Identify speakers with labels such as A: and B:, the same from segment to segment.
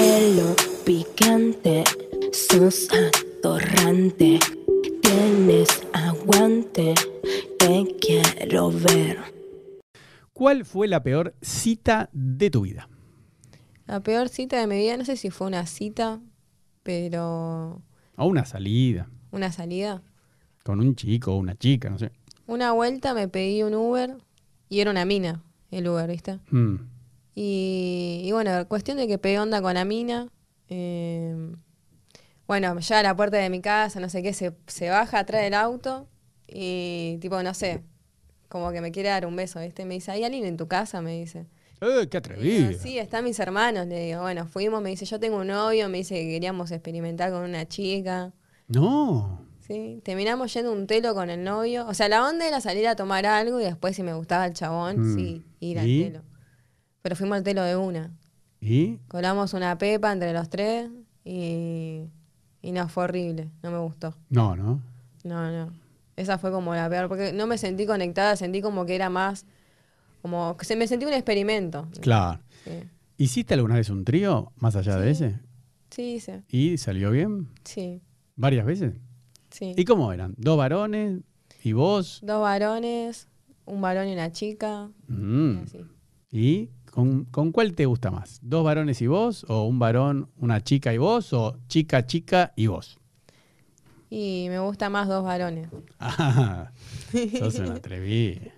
A: pelo picante, sos atorrante, tienes aguante, te quiero ver.
B: ¿Cuál fue la peor cita de tu vida?
C: La peor cita de mi vida, no sé si fue una cita, pero
B: O una salida,
C: una salida.
B: con un chico o una chica, no sé.
C: Una vuelta me pedí un Uber y era una mina el Uber, ¿viste?
B: Mm.
C: Y, y bueno, cuestión de que pegué onda con la mina. eh, bueno, ya a la puerta de mi casa, no sé qué, se, se baja atrás del auto y tipo, no sé, como que me quiere dar un beso, ¿viste? Me dice, ¿hay alguien en tu casa? Me dice.
B: ¡Eh, qué
C: Y digo,
B: atrevido!
C: sí, están mis hermanos, le digo. Bueno, fuimos, me dice, yo tengo un novio, me dice que queríamos experimentar con una chica.
B: No.
C: Sí, terminamos yendo a un telo con el novio. O sea, la onda era salir a tomar algo y después, si me gustaba el chabón,
B: Mm.
C: sí, ir al
B: ¿Y?
C: telo. Pero fuimos al telo de una.
B: ¿Y?
C: Colamos una pepa entre los tres y, y no, fue horrible. No me gustó.
B: No, no.
C: No, no. Esa fue como la peor, porque no me sentí conectada, sentí como que era más. Como que se me sentí un experimento.
B: Claro.
C: Sí,
B: ¿Hiciste alguna vez un trío más allá de ese?
C: sí, hice.
B: ¿Y salió bien?
C: sí.
B: ¿Varias veces?
C: sí.
B: ¿Y cómo eran? ¿Dos varones? ¿Y vos?
C: Dos varones, un varón y una chica.
B: Mm.
C: y así.
B: ¿Y con, con cuál te gusta más? ¿Dos varones y vos? ¿O un varón, una chica y vos? ¿O chica, chica y vos?
C: Y me gusta más dos varones.
B: Ah, sos una atrevida.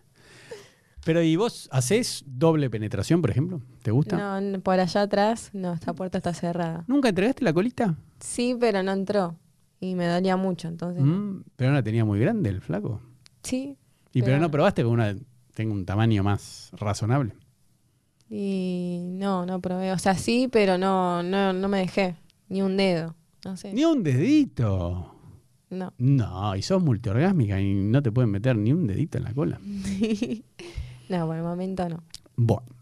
B: Pero ¿y vos haces doble penetración, por ejemplo? ¿Te gusta?
C: No, n- por allá atrás, no, esta puerta está cerrada.
B: ¿Nunca entregaste la colita?
C: Sí, pero no entró. Y me dolía mucho, entonces. no.
B: Mm, pero no la tenía muy grande el flaco.
C: Sí.
B: Y pero,
C: Pero-
B: no probaste con una tengo un tamaño más razonable.
C: Y no, no probé. O sea, sí, pero no, no, no me dejé. Ni un dedo. No sé.
B: Ni un dedito.
C: No.
B: No, y sos multiorgásmica y
C: Mm.
B: no te pueden meter ni un dedito en la cola.
C: no, por el momento no.
B: Bueno,